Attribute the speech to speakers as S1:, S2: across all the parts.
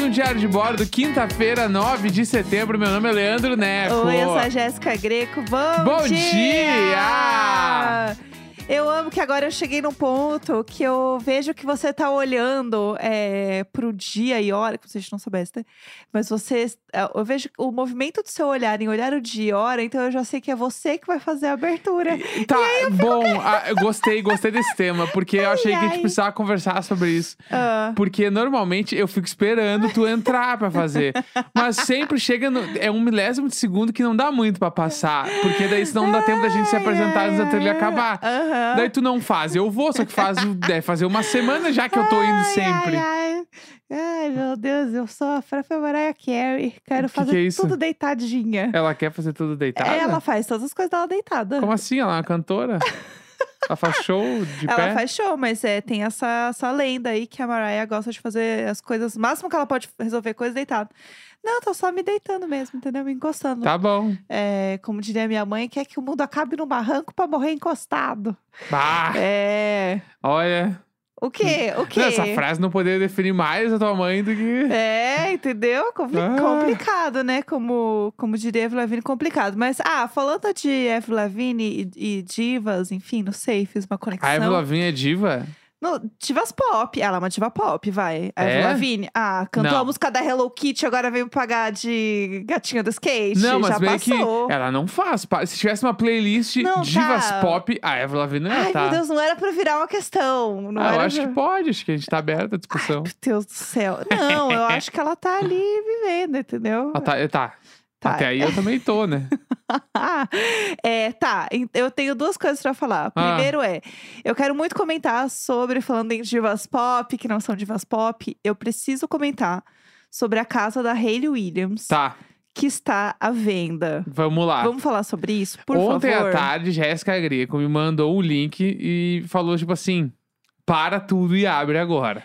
S1: um Diário de Bordo, quinta-feira, 9 de setembro. Meu nome é Leandro Neco.
S2: Oi, eu sou a Jéssica Greco. Bom,
S1: Bom
S2: dia! Eu amo que agora eu cheguei num ponto que eu vejo que você tá olhando é, pro dia e hora, que vocês não soubessem, né? Mas você. é, Eu vejo o movimento do seu olhar em olhar o dia e hora, então eu já sei que é você que vai fazer a abertura.
S1: Tá, bom, ah, eu gostei, gostei desse tema, porque eu achei que a
S2: ai.
S1: gente precisava conversar sobre isso.
S2: Ah,
S1: Porque normalmente eu fico esperando tu entrar pra fazer. Mas sempre chega. No, é um milésimo de segundo que não dá muito pra passar. Porque daí senão não dá tempo da gente se
S2: Ai,
S1: apresentar
S2: ai,
S1: antes da trilha
S2: ai.
S1: acabar.
S2: Aham.
S1: Daí tu não faz. Eu vou, só que faz, deve fazer uma semana já que eu tô indo
S2: ai,
S1: sempre.
S2: Ai, ai. Ai, meu Deus, eu sou a Frafa Mariah Carey. Quero
S1: Que
S2: fazer
S1: que é isso?
S2: tudo deitadinha.
S1: Ela quer fazer tudo deitada?
S2: Ela faz todas as coisas dela deitada.
S1: Como assim? Ela é uma cantora? Ela faz show de
S2: ela
S1: pé?
S2: faz show, mas é, tem essa, essa lenda aí que a Mariah gosta de fazer as coisas. O máximo que ela pode resolver é coisa deitada. Não, tô só me deitando mesmo, entendeu? Me encostando.
S1: Tá bom.
S2: É, como diria minha mãe, quer que o mundo acabe num barranco pra morrer encostado.
S1: Bah,
S2: É.
S1: olha.
S2: O quê? O quê?
S1: Não, essa frase não poderia definir mais a tua mãe do que.
S2: É, entendeu? Compli-
S1: Ah.
S2: Complicado, né? Como, como diria Avril Lavigne, complicado. Mas, ah, falando de Avril Lavigne e, e divas, enfim, não sei, fiz uma conexão.
S1: A Avril Lavigne é diva?
S2: No, divas pop. Ela é uma diva pop, vai. A
S1: É?
S2: Avril Lavigne. Ah, cantou
S1: Não.
S2: a música da Hello Kitty, agora veio pagar de gatinha do skate.
S1: Não, mas
S2: Já
S1: meio
S2: passou.
S1: que ela não faz. pa- Se tivesse uma playlist
S2: Não,
S1: divas
S2: tá.
S1: pop, a Avril Lavigne não ia
S2: Ai,
S1: tá.
S2: meu Deus, não era pra virar uma questão. Não
S1: Ah, eu
S2: era
S1: acho
S2: pra-
S1: que pode, acho que a gente tá aberto à discussão.
S2: Meu Deus do céu. Não, eu acho que ela tá ali vivendo, entendeu?
S1: Ah, tá, tá.
S2: Tá.
S1: Até aí eu também tô, né?
S2: é, tá, en- eu tenho duas coisas pra falar.
S1: Ah.
S2: Primeiro é, eu quero muito comentar sobre, falando em divas pop, que não são divas pop, eu preciso comentar sobre a casa da Hayley Williams,
S1: Tá,
S2: que está à venda.
S1: vamos lá.
S2: Vamos falar sobre isso, por
S1: Ontem
S2: favor?
S1: à tarde, Jéssica Greco me mandou o link e falou, tipo assim, para tudo e abre agora.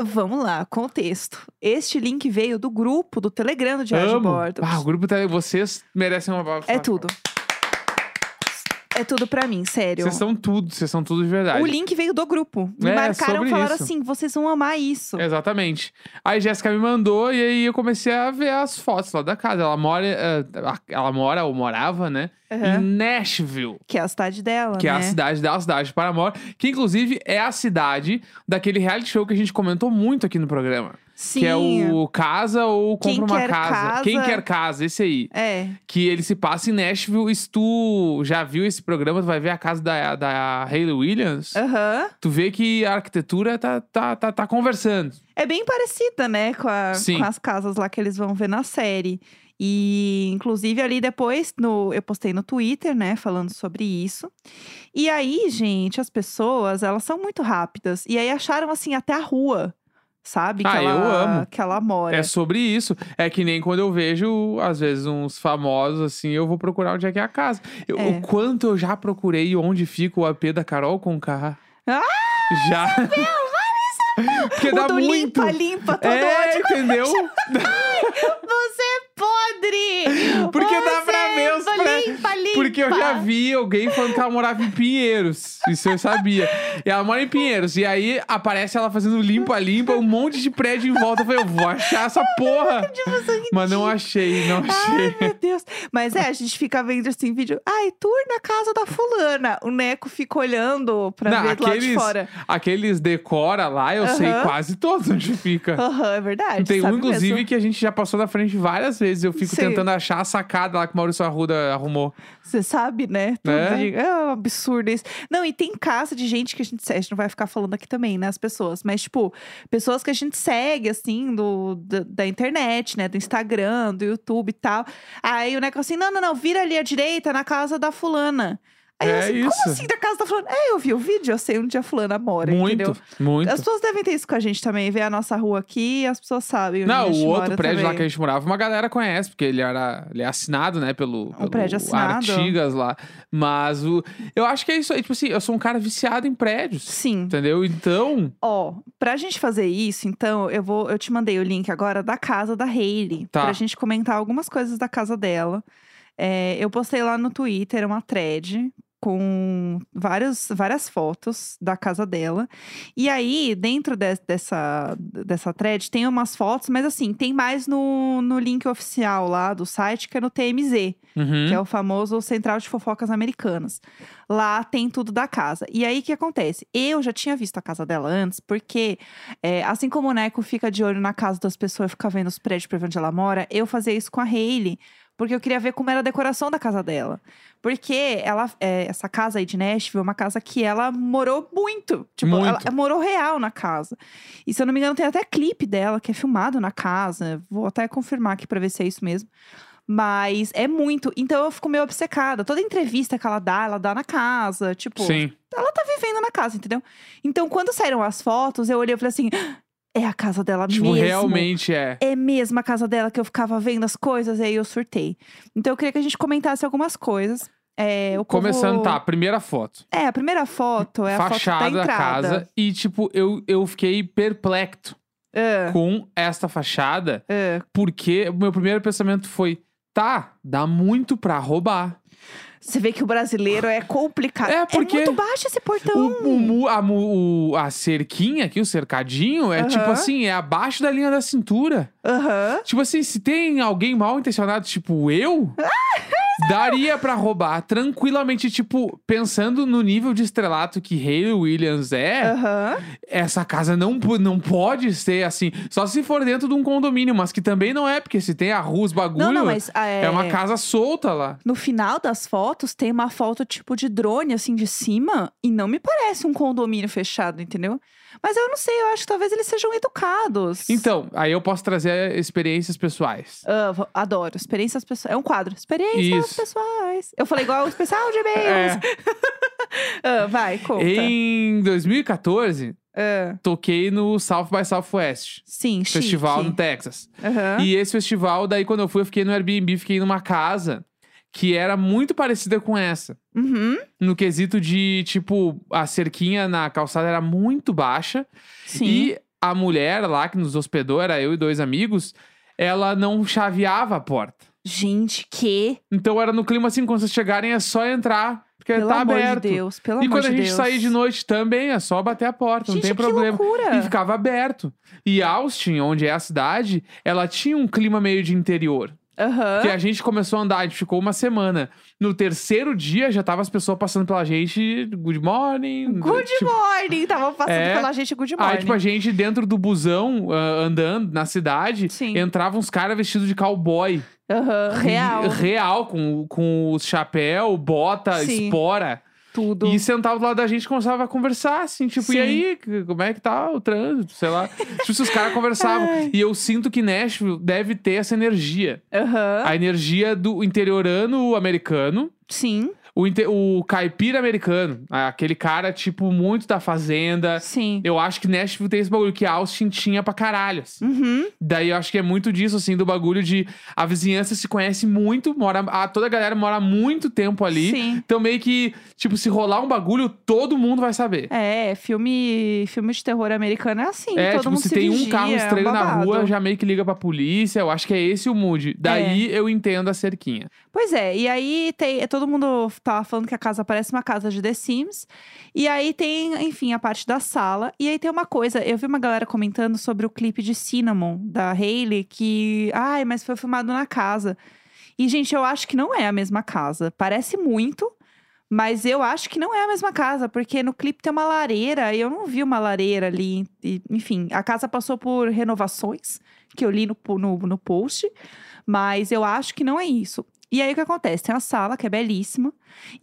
S2: Vamos lá, contexto. Este link veio do grupo do Telegram do Diário de
S1: Amo.
S2: Bordo.
S1: Ah, o grupo tá... Vocês merecem uma palavra.
S2: é tudo. É tudo pra mim, sério.
S1: Vocês são tudo, vocês são tudo de verdade.
S2: O link veio do grupo. Me
S1: É,
S2: marcaram
S1: sobre
S2: e falaram
S1: isso. É.
S2: assim: vocês vão amar isso.
S1: Exatamente. Aí Jéssica me mandou e aí eu comecei a ver as fotos lá da casa. Ela mora, eh, ela mora ou morava, né? Em
S2: Aham.
S1: Nashville,
S2: Que é a cidade dela,
S1: que é
S2: né?
S1: a cidade da cidade de Paramore, que inclusive é a cidade daquele reality show que a gente comentou muito aqui no programa,
S2: Sim.
S1: que é o Casa ou
S2: Quem
S1: Compra uma
S2: Quer
S1: casa.
S2: Casa.
S1: Quem quer casa, esse aí.
S2: É.
S1: Que ele se passa em Nashville. E se tu já viu esse programa, tu vai ver a casa da, da Hayley Williams.
S2: Aham.
S1: Tu vê que a arquitetura tá, tá, tá, tá conversando.
S2: É bem parecida, né? Com, a-
S1: Sim.
S2: com as casas lá que eles vão ver na série. E, inclusive, ali depois, no, eu postei no Twitter, né? Falando sobre isso. E aí, gente, as pessoas, elas são muito rápidas. E aí acharam, assim, até a rua, sabe? que
S1: Ah,
S2: ela,
S1: eu amo.
S2: Que ela mora.
S1: É sobre isso. É que nem quando eu vejo, às vezes, uns famosos, assim, eu vou procurar onde é que é a casa. Eu-
S2: É.
S1: O quanto eu já procurei onde fica o AP da Carol com K.
S2: Ah,
S1: já. Porque
S2: o
S1: dá
S2: do
S1: muito.
S2: limpa, limpa, todo
S1: é,
S2: ódio.
S1: entendeu?
S2: Você é podre!
S1: Porque dá
S2: Você é
S1: pra ver os pé-
S2: Limpa, limpa!
S1: Porque eu já vi alguém falando que ela morava em Pinheiros. Isso eu sabia. E ela mora em Pinheiros. E aí aparece ela fazendo limpa-limpa, um monte de prédio em volta. Eu falei, eu vou achar essa porra.
S2: Tipo assim,
S1: Mas não achei,
S2: Ah,
S1: não achei.
S2: Ai, meu Deus. Mas é, a gente fica vendo assim vídeo. Ai, tour na casa da fulana. O Neco fica olhando pra
S1: Não,
S2: ver do lado de fora.
S1: aqueles decora lá, eu sei
S2: Aham.
S1: quase todos onde fica.
S2: Aham, é verdade.
S1: Tem um,
S2: sabe
S1: inclusive,
S2: mesmo.
S1: que a gente já passou na frente várias vezes. Eu fico
S2: Sim.
S1: tentando achar a sacada lá que o Maurício Arruda arrumou.
S2: Você sabe, né? Tudo.
S1: Né?
S2: É um absurdo isso. Não, e tem casa de gente que a gente segue. A gente não vai ficar falando aqui também, né? As pessoas. Mas, tipo, pessoas que a gente segue, assim, do, da, da internet, né? Do Instagram, do YouTube e tal. Aí o Neco assim, não, não, não. Vira ali à direita, na casa da fulana. Aí eu
S1: É
S2: assim,
S1: isso.
S2: como assim da casa da fulana? É, eu vi o vídeo, eu sei onde a fulana mora,
S1: muito,
S2: entendeu?
S1: muito.
S2: As pessoas devem ter isso com a gente também, ver a nossa rua aqui e as pessoas sabem. onde a
S1: Não,
S2: gente
S1: o
S2: mora
S1: outro prédio lá
S2: também.
S1: que a gente morava, uma galera conhece, porque ele era ele é assinado, né, pelo, pelo
S2: Um prédio assinado.
S1: Artigas lá. Mas o, eu acho que é isso aí. Tipo assim, eu sou um cara viciado em prédios,
S2: Sim.
S1: entendeu? Então,
S2: Ó, pra gente fazer isso, então, eu vou. Eu te mandei o link agora da casa da Hayley.
S1: Tá.
S2: Pra gente comentar algumas coisas da casa dela. É, eu postei lá no Twitter uma thread com vários, várias fotos da casa dela. E aí, dentro de- dessa, dessa thread, tem umas fotos, mas assim, tem mais no, no link oficial lá do site, que é no TMZ
S1: Uhum.
S2: que é o famoso Central de Fofocas Americanas. Lá tem tudo da casa. E aí o que acontece? Eu já tinha visto a casa dela antes, porque é, assim como o Neco fica de olho na casa das pessoas, fica vendo os prédios pra ver onde ela mora, eu fazia isso com a Hailey. Porque eu queria ver como era a decoração da casa dela. Porque ela, é, essa casa aí de Nashville é uma casa que ela morou muito. Tipo, ela
S1: Muito.
S2: morou real na casa. E se eu não me engano, tem até clipe dela que é filmado na casa. Vou até confirmar aqui pra ver se é isso mesmo. Mas é muito. Então eu fico meio obcecada. Toda entrevista que ela dá, ela dá na casa. Tipo,
S1: Sim.
S2: ela tá vivendo na casa, entendeu? Então quando saíram as fotos, eu olhei e falei assim: "Ah, é a casa dela
S1: Tipo,
S2: mesmo.
S1: realmente é.
S2: É mesmo a casa dela que eu ficava vendo as coisas e aí eu surtei. Então eu queria que a gente comentasse algumas coisas. É, o povo-
S1: Começando, tá, primeira foto.
S2: É, a primeira foto é a
S1: fachada
S2: foto da
S1: da
S2: entrada.
S1: casa. E, tipo, eu, eu fiquei perplexo
S2: Ah,
S1: com esta fachada,
S2: ah.
S1: porque o meu primeiro pensamento foi: tá, dá muito pra roubar.
S2: Você vê que o brasileiro é complicado.
S1: É, porque-
S2: muito baixo esse
S1: O,
S2: portão.
S1: o mu- a, mu- o- a cerquinha aqui, o cercadinho, é
S2: Aham.
S1: tipo assim, é abaixo da linha da cintura.
S2: Aham.
S1: Tipo assim, se tem alguém mal intencionado, tipo eu, daria pra roubar tranquilamente. Tipo, pensando no nível de estrelato que Hayley Williams é,
S2: Aham.
S1: essa casa não, po- não pode ser assim. Só se for dentro de um condomínio, mas que também não é, porque se tem a rua, os bagulho,
S2: Não, não, mas. ah,
S1: é... uma casa solta lá.
S2: No final das fotos tem uma foto tipo de drone, assim, de cima, e não me parece um condomínio fechado, entendeu? Mas eu não sei, eu acho que talvez eles sejam educados.
S1: Então, aí eu posso trazer experiências pessoais.
S2: Ah, vo- adoro. Experiências pessoais. É um quadro. Experiências
S1: Isso.
S2: pessoais. Eu falei igual o especial de
S1: É,
S2: e-mails. Ah, vai, conta.
S1: em 2014,
S2: Ah,
S1: toquei no South by Southwest.
S2: sim, chique.
S1: Festival no Texas.
S2: Aham.
S1: E esse festival, daí quando eu fui, eu fiquei no Airbnb, fiquei numa casa que era muito parecida com essa.
S2: Uhum,
S1: No quesito de, tipo, a cerquinha na calçada era muito baixa.
S2: Sim.
S1: E a mulher lá que nos hospedou, era eu e dois amigos, ela não chaveava a porta.
S2: Gente, que...
S1: Então era no clima assim, quando vocês chegarem é só entrar, porque
S2: Pelo
S1: tá
S2: amor
S1: aberto.
S2: de Deus, pelo
S1: e
S2: amor
S1: quando
S2: de
S1: a gente
S2: Deus.
S1: sair de noite também é só bater a porta, não
S2: Gente,
S1: tem
S2: que
S1: problema.
S2: loucura.
S1: E ficava aberto. E Austin, onde é a cidade, ela tinha um clima meio de interior.
S2: Aham.
S1: Que é a gente começou a andar, a gente ficou uma semana. No terceiro dia já tava as pessoas passando pela gente, good morning.
S2: Good
S1: tipo,
S2: morning! Tava passando
S1: É.
S2: pela gente good morning.
S1: Aí, tipo, a gente dentro do busão, ah, andando na cidade,
S2: Sim.
S1: entravam uns caras vestidos de cowboy.
S2: Aham, real.
S1: Re- Real, com, com os chapéu, bota,
S2: Sim.
S1: espora.
S2: Tudo.
S1: E sentava do lado da gente e começava a conversar, assim, tipo,
S2: Sim.
S1: e aí, c- como é que tá o trânsito? Sei lá. tipo, se os caras conversavam. E eu sinto que Nashville deve ter essa energia.
S2: Aham,
S1: A energia do interiorano americano.
S2: sim,
S1: O, inte- o caipira americano, aquele cara, tipo, muito da fazenda.
S2: sim.
S1: Eu acho que Nashville tem esse bagulho que Austin tinha pra caralho. assim.
S2: Uhum,
S1: Daí eu acho que é muito disso, assim, do bagulho de a vizinhança se conhece muito, mora, a, toda a galera mora muito tempo ali.
S2: sim.
S1: Então, meio que, tipo, se rolar um bagulho, todo mundo vai saber.
S2: É, filme, filme de terror americano é assim,
S1: É,
S2: todo
S1: tipo,
S2: mundo
S1: se,
S2: se,
S1: tem
S2: vigia,
S1: um carro
S2: é
S1: estranho na
S2: babado.
S1: rua, já meio que liga pra polícia. Eu acho que é esse o mood. Daí
S2: É.
S1: eu entendo a cerquinha.
S2: Pois é, e aí tem, todo mundo tava falando que a casa parece uma casa de The Sims. E aí tem, enfim, a parte da sala. E aí tem uma coisa, eu vi uma galera comentando sobre o clipe de Cinnamon, da Hailey, que, ai, mas foi filmado na casa. E, gente, eu acho que não é a mesma casa. Parece muito, mas eu acho que não é a mesma casa, porque no clipe tem uma lareira e eu não vi uma lareira ali. E, enfim, a casa passou por renovações, que eu li no, po- no, no post, mas eu acho que não é isso. E aí o que acontece? Tem a sala, que é belíssima.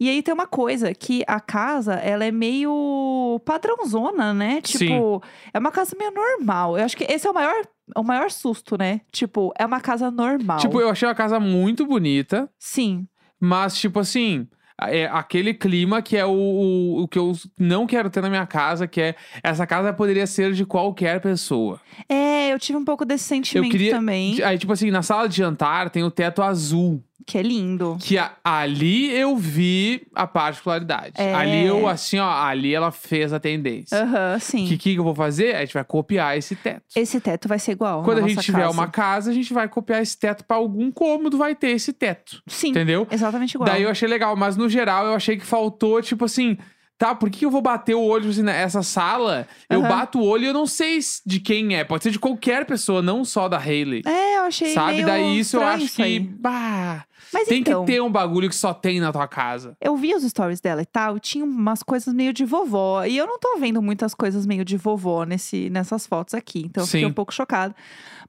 S2: E aí tem uma coisa, que a casa, ela é meio padrãozona, né? Tipo,
S1: Sim.
S2: é uma casa meio normal. Eu acho que esse é o maior, o maior susto, né? Tipo, é uma casa normal.
S1: Tipo, eu achei a casa muito bonita.
S2: Sim.
S1: Mas, tipo assim, é aquele clima que é o, o, o que eu não quero ter na minha casa, que é essa casa poderia ser de qualquer pessoa.
S2: É, eu tive um pouco desse sentimento
S1: queria-
S2: também.
S1: Aí, tipo assim, na sala de jantar tem o teto azul.
S2: que é lindo.
S1: Que a- ali eu vi a particularidade.
S2: É.
S1: Ali eu, assim, ó, ali ela fez a tendência.
S2: Aham, sim.
S1: O que, que eu vou fazer? A gente vai copiar esse teto.
S2: Esse teto vai ser igual.
S1: Quando
S2: na
S1: a gente
S2: nossa
S1: tiver
S2: casa.
S1: uma casa, a gente vai copiar esse teto pra algum cômodo, vai ter esse teto.
S2: Sim,
S1: Entendeu?
S2: exatamente igual.
S1: Daí eu achei legal, mas no geral eu achei que faltou, tipo assim, tá, por que eu vou bater o olho assim, nessa sala? Eu
S2: Aham.
S1: bato o olho e eu não sei s- de quem é. Pode ser de qualquer pessoa, não só da Hayley.
S2: É, eu achei
S1: Sabe?
S2: meio
S1: Daí isso eu
S2: estranho
S1: acho
S2: isso
S1: que.
S2: aí.
S1: Bah,
S2: Mas
S1: tem
S2: então,
S1: que ter um bagulho que só tem na tua casa.
S2: eu vi os stories dela e tal, e tinha umas coisas meio de vovó. E eu não tô vendo muitas coisas meio de vovó nesse, nessas fotos aqui. Então eu fiquei
S1: Sim.
S2: um pouco chocada.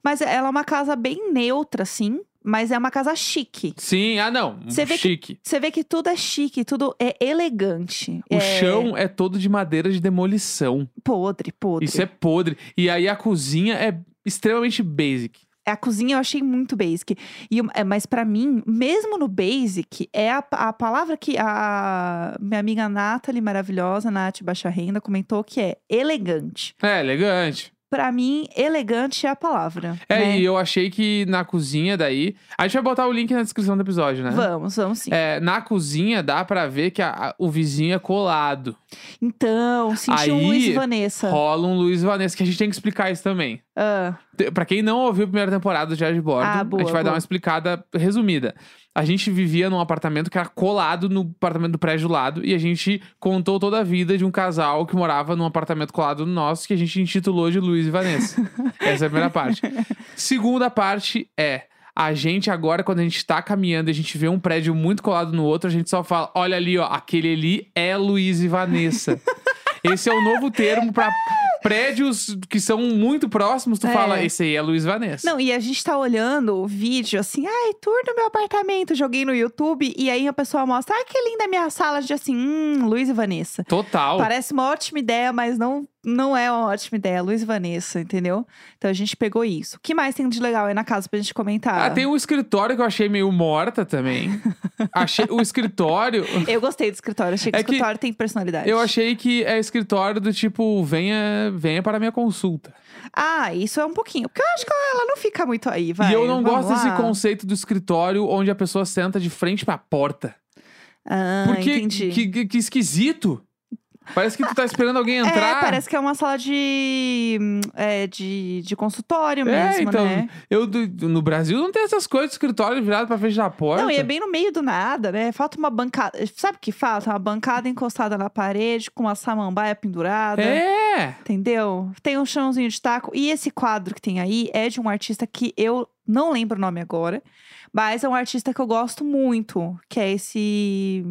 S2: Mas ela é uma casa bem neutra, assim. Mas é uma casa chique.
S1: Sim, ah não. um
S2: Você vê que-
S1: chique.
S2: Você vê que tudo é chique, tudo é elegante.
S1: O
S2: é
S1: chão é todo de madeira de demolição.
S2: Podre, podre.
S1: Isso é podre. E aí a cozinha é extremamente basic.
S2: A cozinha eu achei muito basic. E, o- é, mas pra mim, mesmo no basic, é a, pa- a palavra que a minha amiga Nathalie, maravilhosa, Nath Baixa Renda, comentou que é elegante.
S1: É, elegante.
S2: Pra mim, elegante é a palavra.
S1: É,
S2: né?
S1: e eu achei que na cozinha daí. A gente vai botar o link na descrição do episódio, né?
S2: Vamos, vamos sim.
S1: É, na cozinha dá pra ver que a- a- o vizinho é colado.
S2: Então, senti um
S1: Aí,
S2: Luiz e Vanessa.
S1: Rola um Luiz Vanessa, que a gente tem que explicar isso também.
S2: Ah,
S1: Te- Pra quem não ouviu a primeira temporada do Diário de Bordo,
S2: Ah, boa,
S1: a gente vai dar
S2: boa.
S1: uma explicada resumida. A gente vivia num apartamento que era colado no apartamento do prédio do lado e a gente contou toda a vida de um casal que morava num apartamento colado no nosso que a gente intitulou de Luiz e Vanessa. Essa é a primeira parte. Segunda parte é. A gente agora, quando a gente tá caminhando e a gente vê um prédio muito colado no outro, a gente só fala: olha ali, ó, aquele ali é Luiz e Vanessa. Esse é o novo termo pra prédios que são muito próximos, tu
S2: É.
S1: fala: esse aí é Luiz e Vanessa.
S2: Não, e a gente tá olhando o vídeo assim, ai, tour do meu apartamento, joguei no YouTube, e aí a pessoa mostra, ai, que linda a minha sala, a gente assim, hum, Luiz e Vanessa.
S1: Total.
S2: Parece uma ótima ideia, mas não, não é uma ótima ideia. Luiz e Vanessa, entendeu? Então a gente pegou isso. O que mais tem de legal aí na casa pra gente comentar?
S1: Ah, tem um escritório que eu achei meio morta também. achei o escritório.
S2: Eu gostei do escritório. Achei que
S1: um- É
S2: o
S1: que
S2: escritório tem personalidade.
S1: Eu achei que é escritório do tipo, venha, venha para a minha consulta.
S2: Ah, isso é um pouquinho. Porque eu acho que ela não fica muito aí, vai.
S1: e eu não
S2: vamos
S1: gosto desse
S2: lá.
S1: conceito do escritório onde a pessoa senta de frente pra porta.
S2: Ah,
S1: Porque
S2: entendi.
S1: que, que- que esquisito. Parece que tu tá esperando alguém entrar.
S2: É, parece que é uma sala de, hum, é, de, de consultório
S1: É,
S2: mesmo,
S1: então,
S2: né?
S1: eu do- no Brasil não tem essas coisas, escritório virado pra frente da porta.
S2: Não, e é bem no meio do nada, né? Falta uma bancada. Sabe o que falta? Uma bancada encostada na parede, com uma samambaia pendurada.
S1: É,
S2: Entendeu? Tem um chãozinho de taco. E esse quadro que tem aí é de um artista que eu não lembro o nome agora, mas é um artista que eu gosto muito, que é esse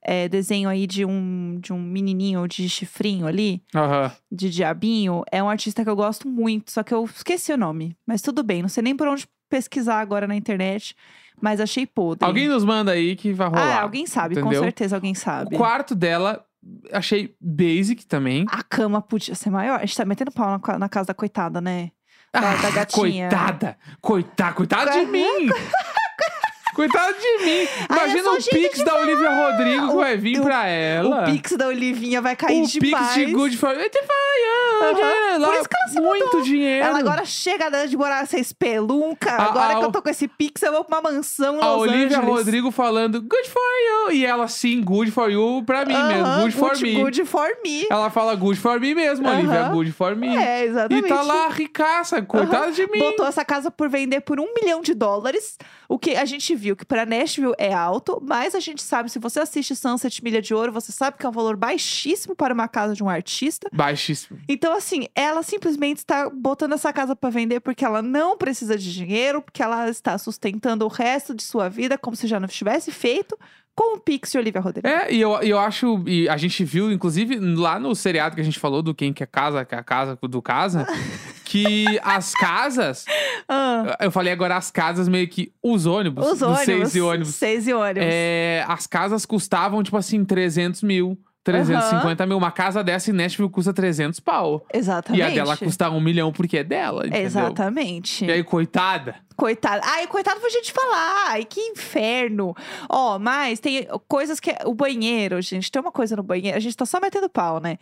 S2: é, desenho aí de um, de um menininho de chifrinho ali,
S1: Aham.
S2: de diabinho. É um artista que eu gosto muito, só que eu esqueci o nome. Mas tudo bem, não sei nem por onde pesquisar agora na internet, mas achei podre.
S1: Alguém nos manda aí que vai rolar.
S2: Ah, alguém sabe,
S1: entendeu?
S2: com certeza alguém
S1: O
S2: sabe.
S1: quarto dela, achei basic também.
S2: A cama podia ser maior. A gente tá metendo pau na, co- na casa da coitada, né? Da, da gatinha.
S1: Ah, Coitada! Coitada, coitada de mim! Coitada de mim!
S2: Ai, é
S1: Imagina
S2: só
S1: o
S2: jeito
S1: Pix
S2: de
S1: da Olivia Rodrigo que
S2: O-
S1: vai vir
S2: o-
S1: pra ela.
S2: O Pix da Olivinha vai cair
S1: o
S2: de
S1: Pix
S2: paz.
S1: de Good For... It
S2: Aham.
S1: Ela,
S2: Por isso que ela se
S1: muito dinheiro.
S2: Ela agora chega de morar essa espelunca.
S1: A-
S2: agora
S1: a-
S2: que eu tô com esse Pix, eu vou pra uma mansão em
S1: A
S2: é Los
S1: Olivia
S2: Angeles.
S1: Rodrigo falando Good For You. E ela, sim, Good For You pra mim
S2: Aham,
S1: mesmo. Good, For Me.
S2: Good for me.
S1: Ela fala Good For Me mesmo, Olivia.
S2: Aham.
S1: Good For Me.
S2: É,
S1: e
S2: exatamente.
S1: tá lá, ricaça. Coitada de mim.
S2: Botou essa casa por vender por um milhão de dólares. O que a gente viu que pra Nashville é alto, mas a gente sabe, se você assiste Sunset Milha de Ouro, você sabe que é um valor baixíssimo para uma casa de um artista.
S1: Baixíssimo.
S2: Então, assim, ela simplesmente está botando essa casa para vender porque ela não precisa de dinheiro, porque ela está sustentando o resto de sua vida como se já não tivesse feito com o Pix e Olivia Rodrigo.
S1: É, e eu, e eu acho, e a gente viu, inclusive, lá no seriado que a gente falou do Quem Quer Casa, que é a casa do casa, que as casas,
S2: Ah,
S1: eu falei agora as casas meio que os ônibus,
S2: os
S1: dos
S2: ônibus.
S1: seis e ônibus,
S2: Seis e ônibus.
S1: é, as casas custavam, tipo assim, 300 mil, 350 mil. Uma casa dessa em Nashville custa 300 pau.
S2: Exatamente.
S1: E a dela custa um milhão porque é dela, entendeu?
S2: Exatamente.
S1: E aí, coitada.
S2: Coitado. Ai, coitado foi gente falar. Ai, que inferno. Ó, mas tem coisas que. é, O banheiro, gente, tem uma coisa no banheiro. A gente tá só metendo pau, né?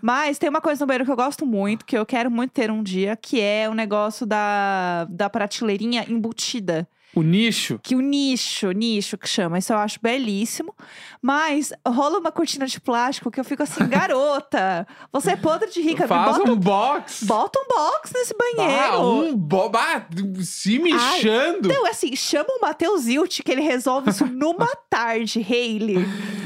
S2: mas tem uma coisa no banheiro que eu gosto muito, que eu quero muito ter um dia, que é o negócio da, da prateleirinha embutida.
S1: O nicho.
S2: Que o nicho, nicho que chama, isso eu acho belíssimo. Mas rola uma cortina de plástico que eu fico assim, garota, você é podre de rica, me
S1: Faz
S2: bota,
S1: um box.
S2: bota um box nesse banheiro.
S1: Ah, um bo... ah, se mexendo.
S2: Então, assim, chama o Matheus Zilt, que ele resolve isso numa tarde, Hayley.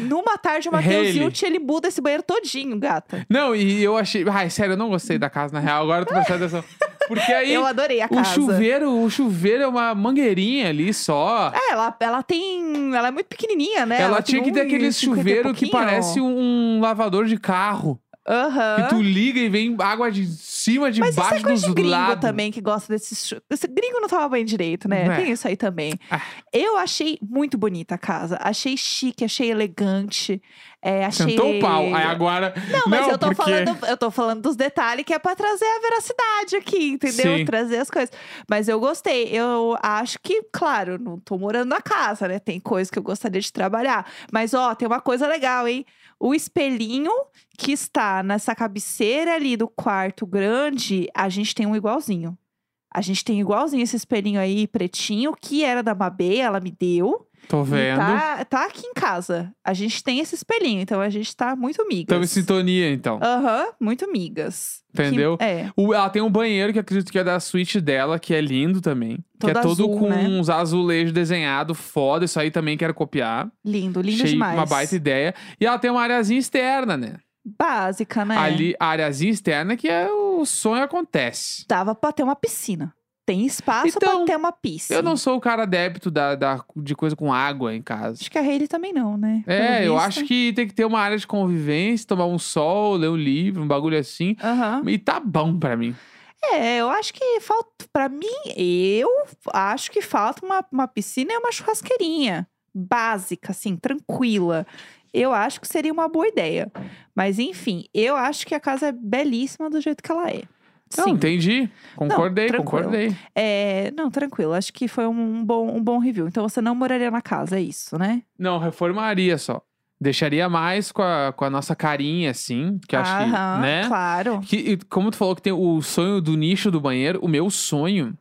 S2: Numa tarde, o Matheus
S1: Hayley.
S2: Zilt, ele muda esse banheiro todinho, gata.
S1: Não, e eu achei. Ai, sério, eu não gostei da casa, na real. Agora eu tô prestando atenção. Porque aí.
S2: eu adorei a
S1: o
S2: casa.
S1: chuveiro, o chuveiro é uma mangueirinha ali só.
S2: É, ela, ela tem. Ela é muito pequenininha, né?
S1: Ela
S2: tem
S1: tinha que ter aquele
S2: 1,50 e
S1: chuveiro que
S2: pouquinho.
S1: parece um lavador de carro.
S2: Aham.
S1: Que tu liga e vem água de cima, de
S2: Mas isso é
S1: baixo,
S2: coisa
S1: dos
S2: de gringo
S1: lados.
S2: também que gosta desses. chu- Esse gringo não toma banho direito, né?
S1: É.
S2: Tem isso aí também.
S1: Ah.
S2: Eu achei muito bonita a casa. Achei chique, achei elegante. É, achei.
S1: Sentou o pau. Aí agora.
S2: Não, mas eu tô
S1: porque...
S2: falando, eu tô falando dos detalhes que é pra trazer a veracidade aqui, entendeu?
S1: Sim.
S2: Trazer as coisas. Mas eu gostei. Eu acho que, claro, não tô morando na casa, né? Tem coisa que eu gostaria de trabalhar. Mas ó, tem uma coisa legal, hein? O espelhinho que está nessa cabeceira ali do quarto grande, a gente tem um igualzinho. A gente tem igualzinho esse espelhinho aí, pretinho, que era da Mabê, ela me deu.
S1: Tô
S2: E
S1: vendo.
S2: tá, tá aqui em casa. A gente tem esse espelhinho, então a gente tá muito amiga.
S1: Estamos em sintonia, então.
S2: Aham, muito migas. Que-
S1: Entendeu?
S2: é.
S1: O- ela tem um banheiro que eu acredito que é da suíte dela, que é lindo também. que
S2: Todo
S1: é todo
S2: azul,
S1: com
S2: né?
S1: uns azulejos desenhados, foda. Isso aí também quero copiar.
S2: Lindo, lindo
S1: Achei
S2: demais.
S1: uma baita ideia. E ela tem uma areazinha externa, né?
S2: Básica, né?
S1: Ali, a areazinha externa que é o sonho acontece.
S2: Dava pra ter uma piscina. Tem espaço
S1: Então,
S2: pra ter uma piscina.
S1: Eu não sou o cara adepto da, da- de coisa com água em casa.
S2: Acho que a Hayley também não, né?
S1: É, eu acho que tem que ter uma área de convivência, tomar um sol, ler um livro, um bagulho assim.
S2: Aham.
S1: E tá bom pra mim.
S2: É, eu acho que falta. Pra mim, eu acho que falta uma, uma piscina e uma churrasqueirinha. Básica, assim, tranquila. Eu acho que seria uma boa ideia. Mas, enfim, eu acho que a casa é belíssima do jeito que ela é.
S1: Não,
S2: Sim.
S1: entendi. Concordei,
S2: tranquilo.
S1: concordei.
S2: É, não, tranquilo. Acho que foi um, um bom, um bom review. Então você não moraria na casa, é isso, né?
S1: Não, reformaria só. Deixaria mais com a, com a nossa carinha, assim. Que eu acho que,
S2: Aham,
S1: né?
S2: Claro.
S1: Que, e como tu falou que tem o sonho do nicho do banheiro, o meu sonho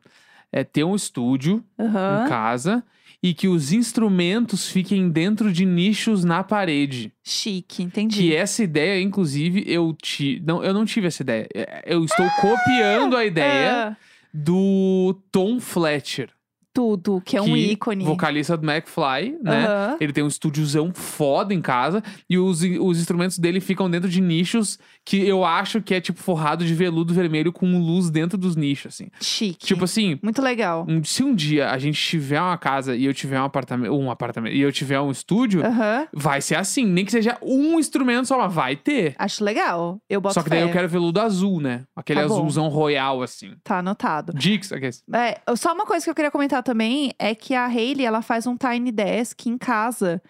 S1: é ter um estúdio em
S2: Aham.
S1: casa e que os instrumentos fiquem dentro de nichos na parede.
S2: Chique, entendi.
S1: Que é essa ideia, inclusive, eu ti... não, eu não tive essa ideia. É, Eu estou copiando a ideia
S2: Ah,
S1: do Tom Fletcher,
S2: tudo, que é um
S1: que-
S2: ícone.
S1: vocalista do McFly, né?
S2: Aham.
S1: Ele tem um estúdiozão foda em casa e os, os instrumentos dele ficam dentro de nichos que eu acho que é tipo forrado de veludo vermelho com luz dentro dos nichos, assim.
S2: Chique.
S1: Tipo assim,
S2: Muito legal.
S1: um- se um dia a gente tiver uma casa e eu tiver um apartamento, um apartamento e eu tiver um estúdio,
S2: Aham.
S1: vai ser assim, nem que seja um instrumento só, mas vai ter.
S2: Acho legal. Eu boto
S1: só que daí
S2: fé.
S1: eu quero veludo azul, né? Aquele
S2: Tá bom.
S1: azulzão royal assim.
S2: Tá anotado.
S1: Dix, aquele-
S2: É, eu- só uma coisa que eu queria comentar também é que a Hayley, ela faz um Tiny Desk em casa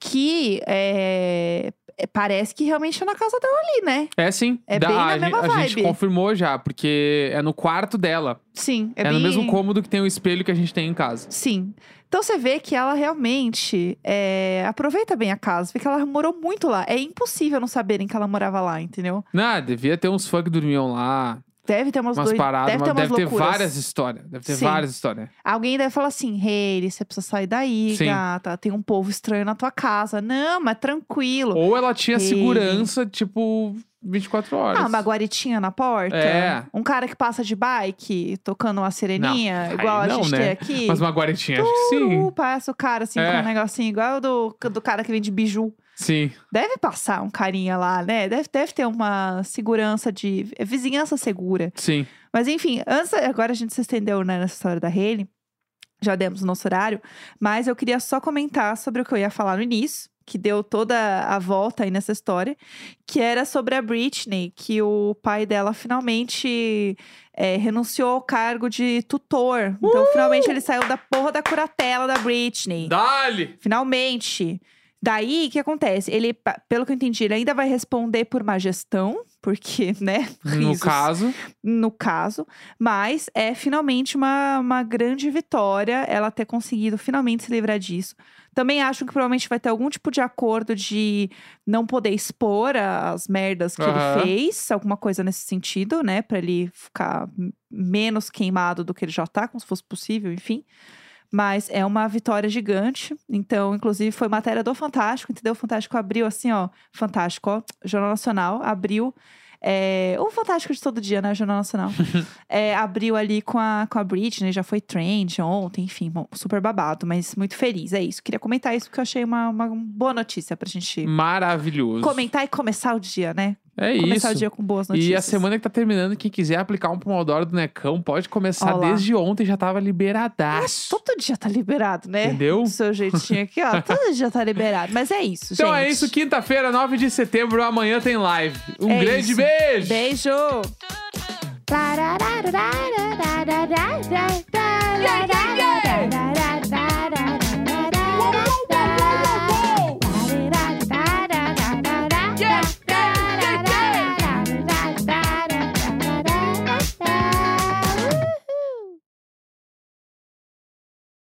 S2: que é, é, parece que realmente é na casa dela ali, né?
S1: É sim,
S2: É
S1: dá-
S2: bem na
S1: a, gente,
S2: mesma
S1: a gente
S2: vibe.
S1: confirmou já, porque é no quarto dela.
S2: Sim, é,
S1: É,
S2: bem...
S1: no mesmo cômodo que tem o espelho que a gente tem em casa.
S2: Sim. Então você vê que ela realmente é, aproveita bem a casa, porque ela morou muito lá. É impossível não saberem que ela morava lá, entendeu?
S1: Não, devia ter uns funk dormiam lá,
S2: Deve ter umas,
S1: umas
S2: doi-
S1: paradas,
S2: deve
S1: mas
S2: ter umas
S1: deve ter
S2: loucuras.
S1: várias histórias. Deve ter
S2: Sim.
S1: várias histórias.
S2: Alguém deve falar assim: Hayley, você precisa sair daí,
S1: Sim.
S2: gata. Tem um povo estranho na tua casa. Não, mas tranquilo.
S1: Ou ela tinha
S2: Ei.
S1: segurança, tipo, 24 horas.
S2: Ah, uma guaritinha na porta?
S1: É.
S2: Um cara que passa de bike, tocando uma sireninha,
S1: Não,
S2: igual
S1: aí
S2: a
S1: não,
S2: gente
S1: né?
S2: tem aqui.
S1: Mas uma guaretinha, acho que sim.
S2: Turu, Passa o cara assim, com
S1: É.
S2: um negocinho igual o do, do cara que vende biju.
S1: Sim.
S2: Deve passar um carinha lá, né? Deve, deve ter uma segurança de. é vizinhança segura.
S1: Sim,
S2: Mas enfim, antes, agora a gente se estendeu né, nessa história da Haley. Já demos o nosso horário. Mas eu queria só comentar sobre o que eu ia falar no início, que deu toda a volta aí nessa história, que era sobre a Britney, que o pai dela finalmente é, renunciou ao cargo de tutor. Então, finalmente, ele saiu da porra da curatela da Britney.
S1: Dali!
S2: Finalmente. Daí, o que acontece? Ele, pa- pelo que eu entendi, ele ainda vai responder por má gestão, porque, né?
S1: No
S2: risos
S1: caso,
S2: no caso, mas é finalmente uma, uma grande vitória ela ter conseguido finalmente se livrar disso. Também acho que provavelmente vai ter algum tipo de acordo de não poder expor a- as merdas que
S1: Aham.
S2: ele fez, alguma coisa nesse sentido, né? Pra ele ficar m- menos queimado do que ele já tá, como se fosse possível, enfim. Mas é uma vitória gigante. Então, inclusive, foi matéria do Fantástico, entendeu? O Fantástico abriu assim, ó. Fantástico, ó. Jornal Nacional abriu. É, o Fantástico de todo dia, né? O Jornal Nacional. É, abriu ali com a, com a Britney, né, já foi trend ontem, enfim, bom, super babado, mas muito feliz, é isso. Queria comentar isso porque eu achei uma, uma boa notícia pra gente
S1: Maravilhoso.
S2: comentar e começar o dia, né?
S1: É isso.
S2: começar o dia com boas notícias.
S1: E a semana que tá terminando, quem quiser aplicar um Pomodoro do Necão, pode começar
S2: Ó lá.
S1: desde ontem, já tava liberadaço.
S2: Todo dia tá liberado, né?
S1: Entendeu?
S2: Do seu jeitinho aqui, ó. Todo dia tá liberado. Mas é isso,
S1: Então
S2: gente.
S1: é isso, quinta-feira, 9 de setembro, amanhã tem live. Um
S2: É
S1: grande
S2: isso.
S1: beijo!
S2: Beijo!
S3: Da da da da da da da da da da da da da da da da